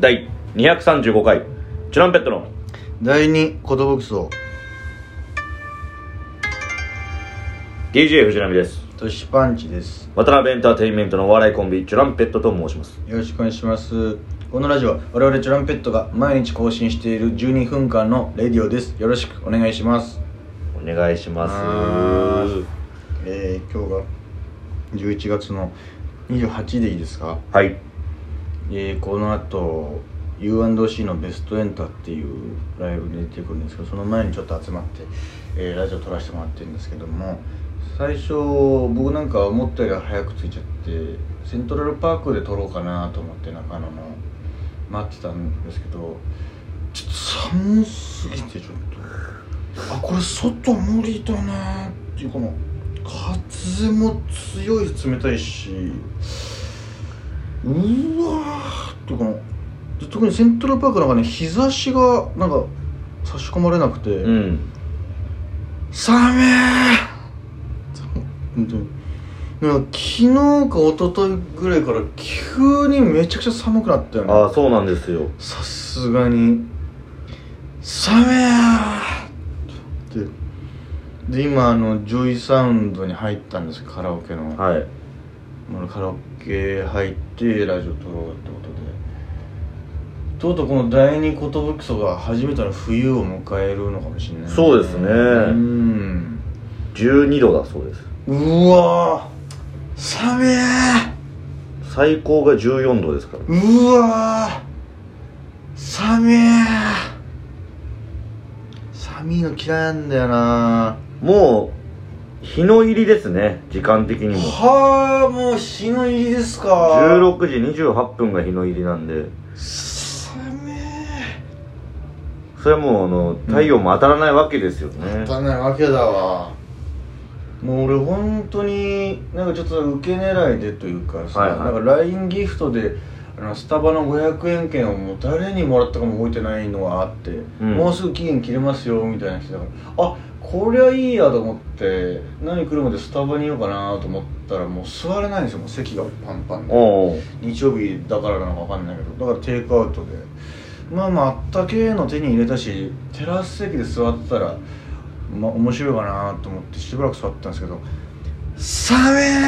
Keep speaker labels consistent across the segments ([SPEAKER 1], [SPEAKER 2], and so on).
[SPEAKER 1] 第235回チュランペットの
[SPEAKER 2] 第二コトボクソ
[SPEAKER 1] DJ 藤波です
[SPEAKER 2] トシパンチです
[SPEAKER 1] 渡辺エンターテインメントのお笑いコンビチュランペットと申します
[SPEAKER 2] よろしくお願いしますこのラジオは我々チュランペットが毎日更新している12分間のレディオですよろしくお願いします
[SPEAKER 1] お願いしま
[SPEAKER 2] は
[SPEAKER 1] す
[SPEAKER 2] えー、今日が11月の28でいいですか
[SPEAKER 1] はい
[SPEAKER 2] えー、この後 U&C のベストエンタっていうライブに出てくるんですけどその前にちょっと集まって、えーラジオ撮らせてもらってるんですけども最初僕なんか思ったより早く着いちゃってセントラルパークで撮ろうかなと思って中野の待ってたんですけどちょっと寒すぎてちょっとあこれ外無理だなっていうこの風も強い冷たいしうわーってこので特にセントラルパークなんかね日差しがなんか差し込まれなくて、
[SPEAKER 1] うん
[SPEAKER 2] 寒い本当になんか昨日か一昨日ぐらいから急にめちゃくちゃ寒くなったよね
[SPEAKER 1] ああそうなんですよ
[SPEAKER 2] さすがに「寒いってで今あのジョイサウンドに入ったんですカラオケの、
[SPEAKER 1] はい
[SPEAKER 2] まあカラオケ入ってラジオ撮ろうってことでとうとうこの第二寿が初めての冬を迎えるのかもしれない
[SPEAKER 1] そうですね
[SPEAKER 2] うん
[SPEAKER 1] 12度だそうです
[SPEAKER 2] うわー寒え
[SPEAKER 1] 最高が14度ですから
[SPEAKER 2] うわー寒え寒いの嫌いなんだよな
[SPEAKER 1] もう日の入りですね時間的にも
[SPEAKER 2] はあもう日の入りですか
[SPEAKER 1] 16時28分が日の入りなんで
[SPEAKER 2] 寒え
[SPEAKER 1] それはもうあの太陽も当たらないわけですよね、
[SPEAKER 2] たないわけだわもう俺本当になんかちょっと受け狙いでというかさ、
[SPEAKER 1] はいはい
[SPEAKER 2] なんか LINE ギフトであのスタバの500円券をもう誰にもらったかも覚えてないのがあって、
[SPEAKER 1] ん
[SPEAKER 2] もうすぐ期限切れますよみたいな人だからあこりゃいいやと思って何来るまでスタバにいようかなと思ったらもう座れないんですよもう席がパンパンで
[SPEAKER 1] おう
[SPEAKER 2] 日曜日だからなのか分かんないけどだからテイクアウトでまあまああったけえの手に入れたしテラス席で座ってたら、まあ、面白いかなと思ってしばらく座ってたんですけど寒え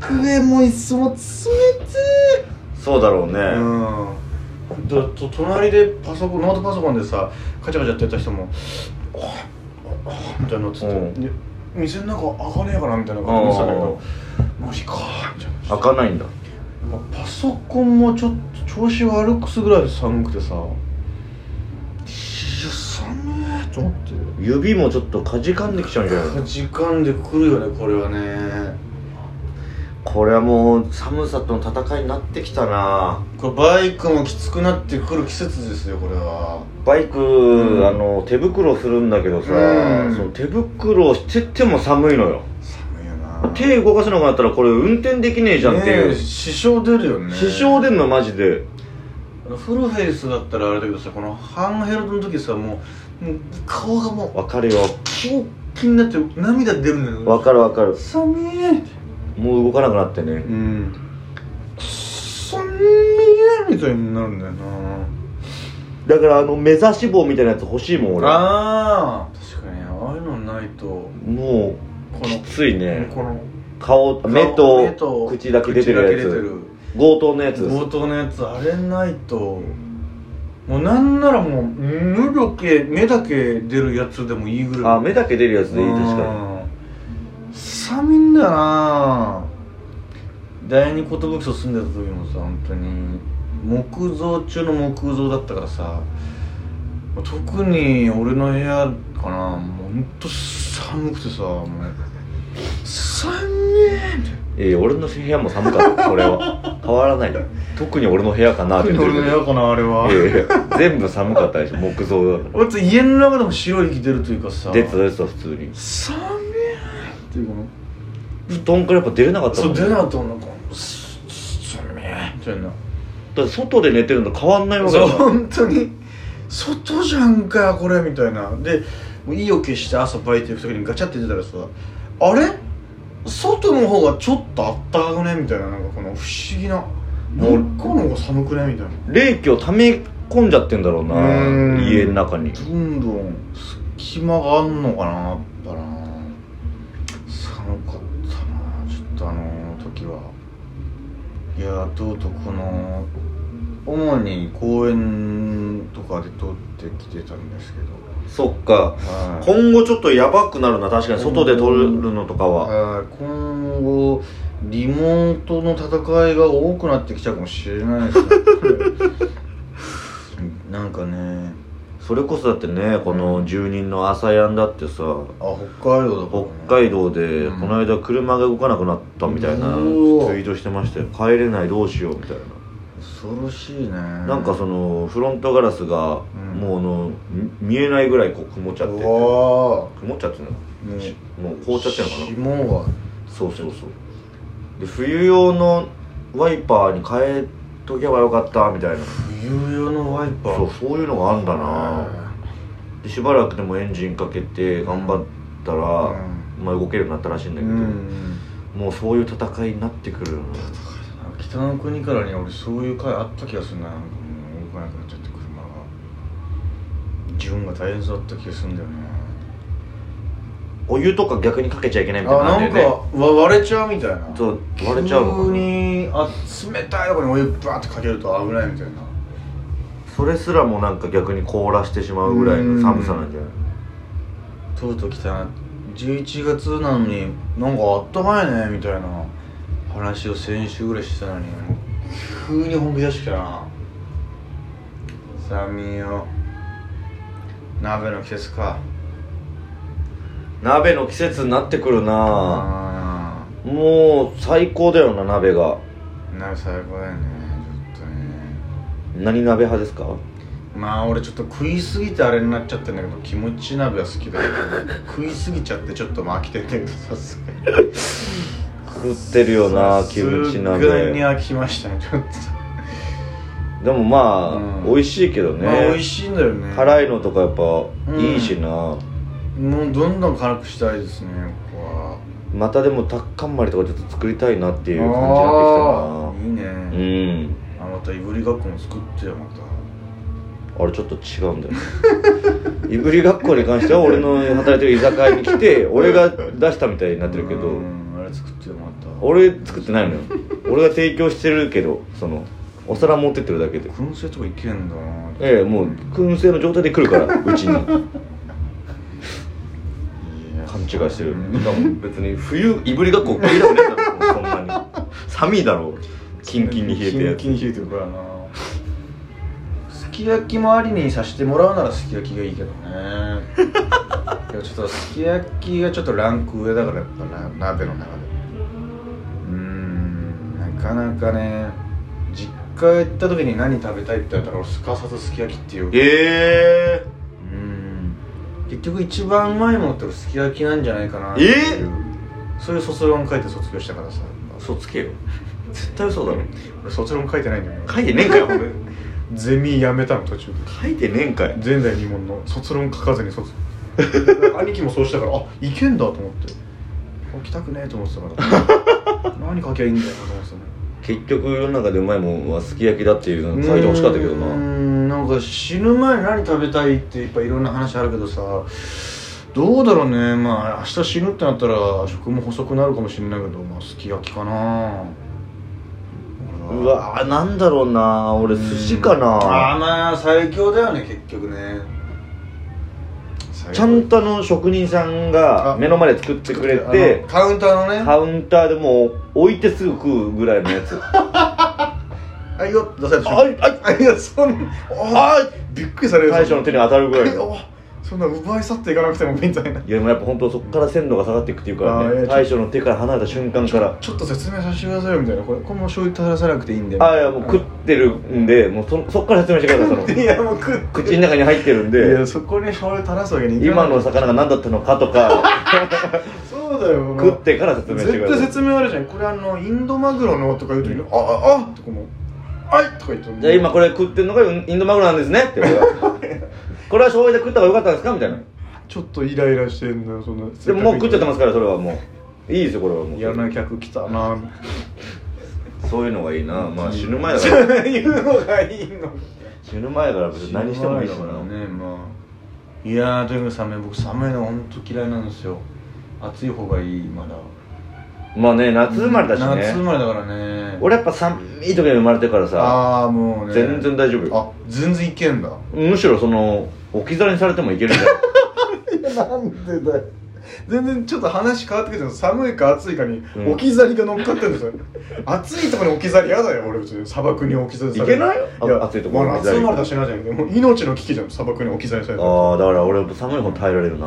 [SPEAKER 2] 机も椅子も冷てえ
[SPEAKER 1] そうだろうね、
[SPEAKER 2] うんだと隣でパソコンノートパソコンでさカチャカチャやってた人も「あああみたいなのつって、
[SPEAKER 1] うん
[SPEAKER 2] で店の中開かねえかなみたいな感じでしたけどマジかみたいな
[SPEAKER 1] 開かないんだ
[SPEAKER 2] まあパソコンもちょっと調子悪くすぐらい寒くてさいや寒いと思って
[SPEAKER 1] 指もちょっとかじかんできちゃうんじゃないの
[SPEAKER 2] 時間で来るよねこれはね
[SPEAKER 1] これはもう寒さとの戦いになってきたな
[SPEAKER 2] これバイクもきつくなってくる季節ですよこれは
[SPEAKER 1] バイク、
[SPEAKER 2] ん
[SPEAKER 1] あの手袋するんだけどさ、
[SPEAKER 2] うん
[SPEAKER 1] その手袋をしてても寒いのよ
[SPEAKER 2] 寒いよな
[SPEAKER 1] 手動かせなくなったらこれ運転できねえじゃんっていう、
[SPEAKER 2] ねえ支障出るよね
[SPEAKER 1] 支障出んのマジで
[SPEAKER 2] あのフルフェイスだったらあれだけどさこの半ヘルドの時さもうもう顔がもう
[SPEAKER 1] わかるよ
[SPEAKER 2] キンキンになって涙出るんだよ
[SPEAKER 1] わかるわかる
[SPEAKER 2] 寒い
[SPEAKER 1] もう動かなくなってね
[SPEAKER 2] うんくっそみえみたいになるんだよな
[SPEAKER 1] だからあの目指し棒みたいなやつ欲しいもん俺
[SPEAKER 2] ああ確かにああいうのないと
[SPEAKER 1] もう
[SPEAKER 2] こ
[SPEAKER 1] きついね
[SPEAKER 2] この
[SPEAKER 1] 顔
[SPEAKER 2] 顔
[SPEAKER 1] 目と口だけ出てるや
[SPEAKER 2] 口だけ
[SPEAKER 1] つ強盗のや
[SPEAKER 2] 出て
[SPEAKER 1] つ
[SPEAKER 2] る
[SPEAKER 1] です
[SPEAKER 2] 冒頭のやつあれないともうなんならもう目だけ目だけ出るやつでもいいぐらい
[SPEAKER 1] あ目だけ出るやつでいい確か
[SPEAKER 2] に寒いんだよな第二寿住んでた時もさ本当に木造中の木造だったからさ特に俺の部屋かなもうほんと寒くてさもう
[SPEAKER 1] に
[SPEAKER 2] 寒いみたいな
[SPEAKER 1] いや俺の部屋も寒かった それは変わらない特に俺の部屋かなって
[SPEAKER 2] 特に
[SPEAKER 1] 言って
[SPEAKER 2] 俺の
[SPEAKER 1] る
[SPEAKER 2] 部屋かなあれはい
[SPEAKER 1] やいや全部寒かったでしょ木造だか
[SPEAKER 2] 俺って家の中でも白い息出るというかさ
[SPEAKER 1] ら出てた出てた普通に
[SPEAKER 2] 寒いっていうかな
[SPEAKER 1] 布団からやっぱ出れなかった
[SPEAKER 2] そ
[SPEAKER 1] もん
[SPEAKER 2] う
[SPEAKER 1] ね
[SPEAKER 2] 出
[SPEAKER 1] だ
[SPEAKER 2] な
[SPEAKER 1] か
[SPEAKER 2] かったもんなんかすす寒いみたいな
[SPEAKER 1] ら外で寝てるのと変わんないわけ
[SPEAKER 2] そ
[SPEAKER 1] だ
[SPEAKER 2] う
[SPEAKER 1] から
[SPEAKER 2] 本当に外じゃんかこれみたいなでもう意を決して朝バイト行く時にガチャって出たらさあれ外の方がちょっとあったかくねみたいななんかこの不思議な
[SPEAKER 1] もう
[SPEAKER 2] 向こうの方が寒くないみたいな
[SPEAKER 1] 冷気を溜め込んじゃってんだろうな
[SPEAKER 2] うん
[SPEAKER 1] 家の中に
[SPEAKER 2] どんどん隙間があんのかなやっぱな寒かったなちょっとあの時はいやとうとうこの主に公園とかで撮ってきてたんですけど
[SPEAKER 1] そっか
[SPEAKER 2] はい
[SPEAKER 1] 今後ちょっとやばくなるな確かに外で撮るのとかは
[SPEAKER 2] はい今後リモートの戦いが多くなってきちゃうかもしれな いですねなんかね
[SPEAKER 1] それこそだってねこの住人の朝やんだってさ
[SPEAKER 2] あ北海道だからね
[SPEAKER 1] 北海道で
[SPEAKER 2] うん
[SPEAKER 1] この間車が動かなくなったみたいなツイ
[SPEAKER 2] うわ
[SPEAKER 1] ートしてましたよ帰れないどうしようみたいな
[SPEAKER 2] 恐ろしいね
[SPEAKER 1] なんかそのフロントガラスが
[SPEAKER 2] うん
[SPEAKER 1] もうあのみ見えないぐらいこう曇っちゃって
[SPEAKER 2] う
[SPEAKER 1] て曇
[SPEAKER 2] わ
[SPEAKER 1] っちゃってんの
[SPEAKER 2] ーね
[SPEAKER 1] もう凍っちゃってるのかな
[SPEAKER 2] 霜が
[SPEAKER 1] そうそうそうで冬用のワイパーに変えとけばよかったみたいな
[SPEAKER 2] 冬用のワイパー
[SPEAKER 1] そうそういうのがあんだなでしばらくでもエンジンかけて頑張ったら、まあ、動けるようになったらしいんだ
[SPEAKER 2] う
[SPEAKER 1] けど、
[SPEAKER 2] ん
[SPEAKER 1] もうそういう戦いになってくるよな
[SPEAKER 2] 北の国からに俺そういう回あった気がするななんかもう動かなくなっちゃって車が自分が大変そうだった気がするんだよね
[SPEAKER 1] お湯とか逆にかけちゃいけない
[SPEAKER 2] あ
[SPEAKER 1] みたいな感じ
[SPEAKER 2] なん
[SPEAKER 1] でね
[SPEAKER 2] かわ割れちゃうみたいな
[SPEAKER 1] そう割れちゃうのか
[SPEAKER 2] 急
[SPEAKER 1] な
[SPEAKER 2] にあ冷たいとこにお湯バーってかけると危ないみたいな
[SPEAKER 1] それすらもなんか逆に凍らしてしまうぐらいの寒さなんじゃない
[SPEAKER 2] とうとう来たな11月なのになんかあったかいねみたいな話を先週ぐらいしてたのにもう急に本気出してきたな寒いよ鍋の季節か
[SPEAKER 1] 鍋の季節になってくるな
[SPEAKER 2] あ
[SPEAKER 1] もう最高だよな鍋が
[SPEAKER 2] あ鍋最高だよねちょっとね
[SPEAKER 1] 何鍋派ですか
[SPEAKER 2] まあ俺ちょっと食いすぎてあれになっちゃってんだけどキムチ鍋は好きだけど 食いすぎちゃってちょっともう飽きてんだけどさすがに
[SPEAKER 1] 食ってるよなキムチ
[SPEAKER 2] すっごいに
[SPEAKER 1] 鍋
[SPEAKER 2] 飽きましたねちょっと、
[SPEAKER 1] でもまあ、
[SPEAKER 2] うん
[SPEAKER 1] 美味しいけどね、
[SPEAKER 2] まあ美味しいんだよね
[SPEAKER 1] 辛いのとかやっぱいいしな、
[SPEAKER 2] もうどんどん辛くしたいですねここは
[SPEAKER 1] またでもタッカンマリとかちょっと作りたいなって
[SPEAKER 2] い
[SPEAKER 1] いう感じになって
[SPEAKER 2] いいね、
[SPEAKER 1] きたなうん
[SPEAKER 2] あまたいぶりがっこも作ってよまた
[SPEAKER 1] あれちょっと違うんだよねいぶりがっこに関しては俺の働いてる居酒屋に来て俺が出したみたいになってるけど
[SPEAKER 2] うんあれ作ってよまた
[SPEAKER 1] 俺作ってないのよ俺が提供してるけどそのお皿持ってってるだけで
[SPEAKER 2] 燻製とかいけんだな
[SPEAKER 1] ええもう燻製の状態で来るからうちに
[SPEAKER 2] いや
[SPEAKER 1] 勘違いしてる
[SPEAKER 2] うん
[SPEAKER 1] しかも別に冬いぶりがっこ食いたくねえだろそんなに寒いだろキンキンに冷えて
[SPEAKER 2] キンキンに冷えてるからなすき焼き周りにさしてもらうならすき焼きがいいけどね いやちょっとすき焼きがちょっとランク上だからやっぱな鍋の中でうーんなかなかね実家行った時に何食べたいって言ったら俺すかさずすき焼きっていう
[SPEAKER 1] ええ
[SPEAKER 2] うん結局一番うまいものって俺すき焼きなんじゃないかなって
[SPEAKER 1] え
[SPEAKER 2] いうそういう卒論書いて卒業したからさ
[SPEAKER 1] 嘘つけよ絶対嘘だろ
[SPEAKER 2] 俺卒論書いてないんだよね
[SPEAKER 1] 書いてねえんかよ
[SPEAKER 2] ゼミやめたの途中で
[SPEAKER 1] 書いてねえんかい
[SPEAKER 2] 前代未聞の卒論書かずに 卒兄貴もそうしたからあいけんだと思って起きたくねえと思ってたから 何書きゃいいんだよなと思ってたね
[SPEAKER 1] 結局世の中でうまいもんはすき焼きだっていうの書いてほしかったけど
[SPEAKER 2] うー
[SPEAKER 1] なん
[SPEAKER 2] なんか死ぬ前に何食べたいってやっぱいろんな話あるけどさどうだろうねまあ明日死ぬってなったら食も細くなるかもしれないけどまあすき焼きかな
[SPEAKER 1] うわーなんだろうな俺寿司か
[SPEAKER 2] あー
[SPEAKER 1] な
[SPEAKER 2] まあ最強だよね結局ね
[SPEAKER 1] ちゃんとあの職人さんが目の前で作ってくれて
[SPEAKER 2] あのカウンターのね
[SPEAKER 1] カウンターでもう置いてすぐ食うぐらいの やつ
[SPEAKER 2] あいよ出されてしま
[SPEAKER 1] あ
[SPEAKER 2] う
[SPEAKER 1] いあい
[SPEAKER 2] あいやそんなあーびっくりされる
[SPEAKER 1] 大将の手に当たるぐらい の
[SPEAKER 2] あそんな奪い去っていかなくてもみたいない
[SPEAKER 1] やでもやっぱ本当そこから鮮度が下がっていくっていうから
[SPEAKER 2] あーい
[SPEAKER 1] ね
[SPEAKER 2] や
[SPEAKER 1] 大将の手から離れた瞬間から
[SPEAKER 2] ちょっと説明させてくださいよみたいなこれこれもう醤油垂らさなくていいんで
[SPEAKER 1] ああいやもう食ってるんでもうそそっから説明してくださいその
[SPEAKER 2] いやもう食って
[SPEAKER 1] 口の中に入ってるん
[SPEAKER 2] いや
[SPEAKER 1] で
[SPEAKER 2] そこに醤油垂らすわけにいかな
[SPEAKER 1] 今
[SPEAKER 2] い
[SPEAKER 1] の魚が何だったのかとか
[SPEAKER 2] そうだよ
[SPEAKER 1] 食ってから説明して
[SPEAKER 2] 絶
[SPEAKER 1] くだ
[SPEAKER 2] 対
[SPEAKER 1] さい
[SPEAKER 2] 説明あるじゃんこれあのインドマグロのとか言うときに「あああとかも「はい」とか言って
[SPEAKER 1] じゃあ今これ食ってるのがインドマグロなんです ねって俺がこれは醤油で食った方が良かったんですかみたいな
[SPEAKER 2] ちょっとイライラしてんだよそんな
[SPEAKER 1] でももう食っちゃってますすからそれはもういいですよこれはもう
[SPEAKER 2] 嫌な客来たな
[SPEAKER 1] そういうのがいいなまあ死ぬ前だから
[SPEAKER 2] いうのがいいの
[SPEAKER 1] 死ぬ前だから別に 何してもいいし
[SPEAKER 2] 死ぬ前だ
[SPEAKER 1] な、
[SPEAKER 2] からねまあいやーとにかく寒い僕寒いの本当嫌いなんですよ暑い方がいいまだ
[SPEAKER 1] まあね夏生まれだしね
[SPEAKER 2] 夏生まれだからね
[SPEAKER 1] 俺やっぱ寒い時に生まれてからさ
[SPEAKER 2] ああもうね
[SPEAKER 1] 全然大丈夫よ
[SPEAKER 2] あ全然いけんだ
[SPEAKER 1] むしろその置き去りにされてもいける じゃん
[SPEAKER 2] なんでだよ全然ちょっと話変わってくるけど寒いか暑いかに
[SPEAKER 1] ん
[SPEAKER 2] 置き去りが乗っかってるん ですよ、暑いところに置き去り嫌だよ俺別に砂漠に置き去りされる
[SPEAKER 1] いけないよ
[SPEAKER 2] いや
[SPEAKER 1] あ暑いところに
[SPEAKER 2] に
[SPEAKER 1] 置
[SPEAKER 2] 置
[SPEAKER 1] き去
[SPEAKER 2] き去
[SPEAKER 1] り
[SPEAKER 2] りまだしなじゃんもう命の危機じゃん砂漠に置き去りされたらあ
[SPEAKER 1] ああだから俺寒い方耐えられるな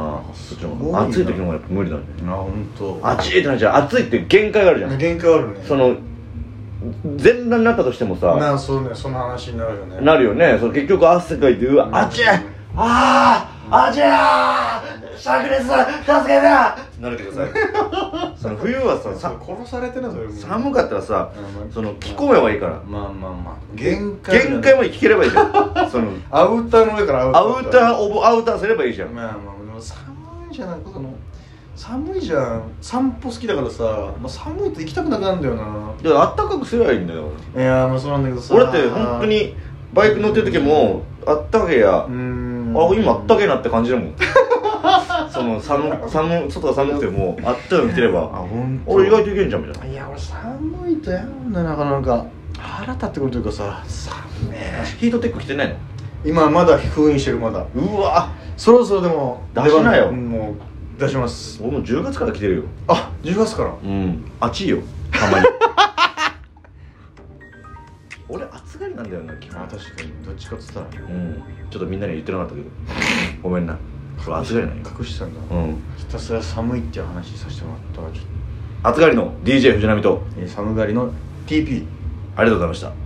[SPEAKER 1] そ
[SPEAKER 2] す
[SPEAKER 1] っち
[SPEAKER 2] ご
[SPEAKER 1] の方
[SPEAKER 2] いな
[SPEAKER 1] が暑い時の方がやっぱ無理だね
[SPEAKER 2] 本当。
[SPEAKER 1] 暑いってなっちゃう暑いって限界があるじゃん
[SPEAKER 2] 限界あるね
[SPEAKER 1] その全裸になったとしても
[SPEAKER 2] な
[SPEAKER 1] さ
[SPEAKER 2] あそうねその話になるよね
[SPEAKER 1] なるよねその結局汗かいてうわ
[SPEAKER 2] うん
[SPEAKER 1] 暑いあー暑いあーしゃくです助けてなるけどさ その冬はさ
[SPEAKER 2] さ
[SPEAKER 1] さ
[SPEAKER 2] 殺されてないそれもう
[SPEAKER 1] 寒かったらさ
[SPEAKER 2] うん
[SPEAKER 1] その着込めばいいから
[SPEAKER 2] まあまあまあ限界だね
[SPEAKER 1] 限界まで着ければいいじゃんその
[SPEAKER 2] アウターの上からアウタ
[SPEAKER 1] ア
[SPEAKER 2] ー
[SPEAKER 1] ウターオブアウターすればいいじゃん
[SPEAKER 2] まあまあでも寒いじゃんなんかその寒いじゃん散歩好きだからさ、まあ、寒いと行きたくなくなるんだよな
[SPEAKER 1] であったかくすればいいんだよ
[SPEAKER 2] いやーまあそうなんだけどさ
[SPEAKER 1] 俺だって本当にバイク乗ってる時もあったけや、
[SPEAKER 2] うーん
[SPEAKER 1] あ今あったけえなって感じだ もんその寒寒外が寒くてもあったかく着てれ
[SPEAKER 2] あ
[SPEAKER 1] ば
[SPEAKER 2] 本当
[SPEAKER 1] 俺意外といけんじゃんみたいない
[SPEAKER 2] や俺寒いとやなんだよなかなか腹立ってくるというかさ寒い
[SPEAKER 1] ヒートテック着てない
[SPEAKER 2] 今まだ封印してるまだ
[SPEAKER 1] のうわ
[SPEAKER 2] そろそろでも
[SPEAKER 1] 出しなよ
[SPEAKER 2] 出番もう出します
[SPEAKER 1] 俺もう10月から着てるよ
[SPEAKER 2] あ10月から
[SPEAKER 1] うん暑いよたまに 俺暑がりなんだよな基本
[SPEAKER 2] あ確かにどっちかっつったら
[SPEAKER 1] うんちょっとみんなには言ってなかったけどごめんなこれ暑がりなんよ
[SPEAKER 2] 隠してたんだ
[SPEAKER 1] うん
[SPEAKER 2] ひたすら寒いっていう話させてもらったわちょっと
[SPEAKER 1] 暑がりの DJ 藤波と
[SPEAKER 2] えー寒がりの TP
[SPEAKER 1] ありがとうございました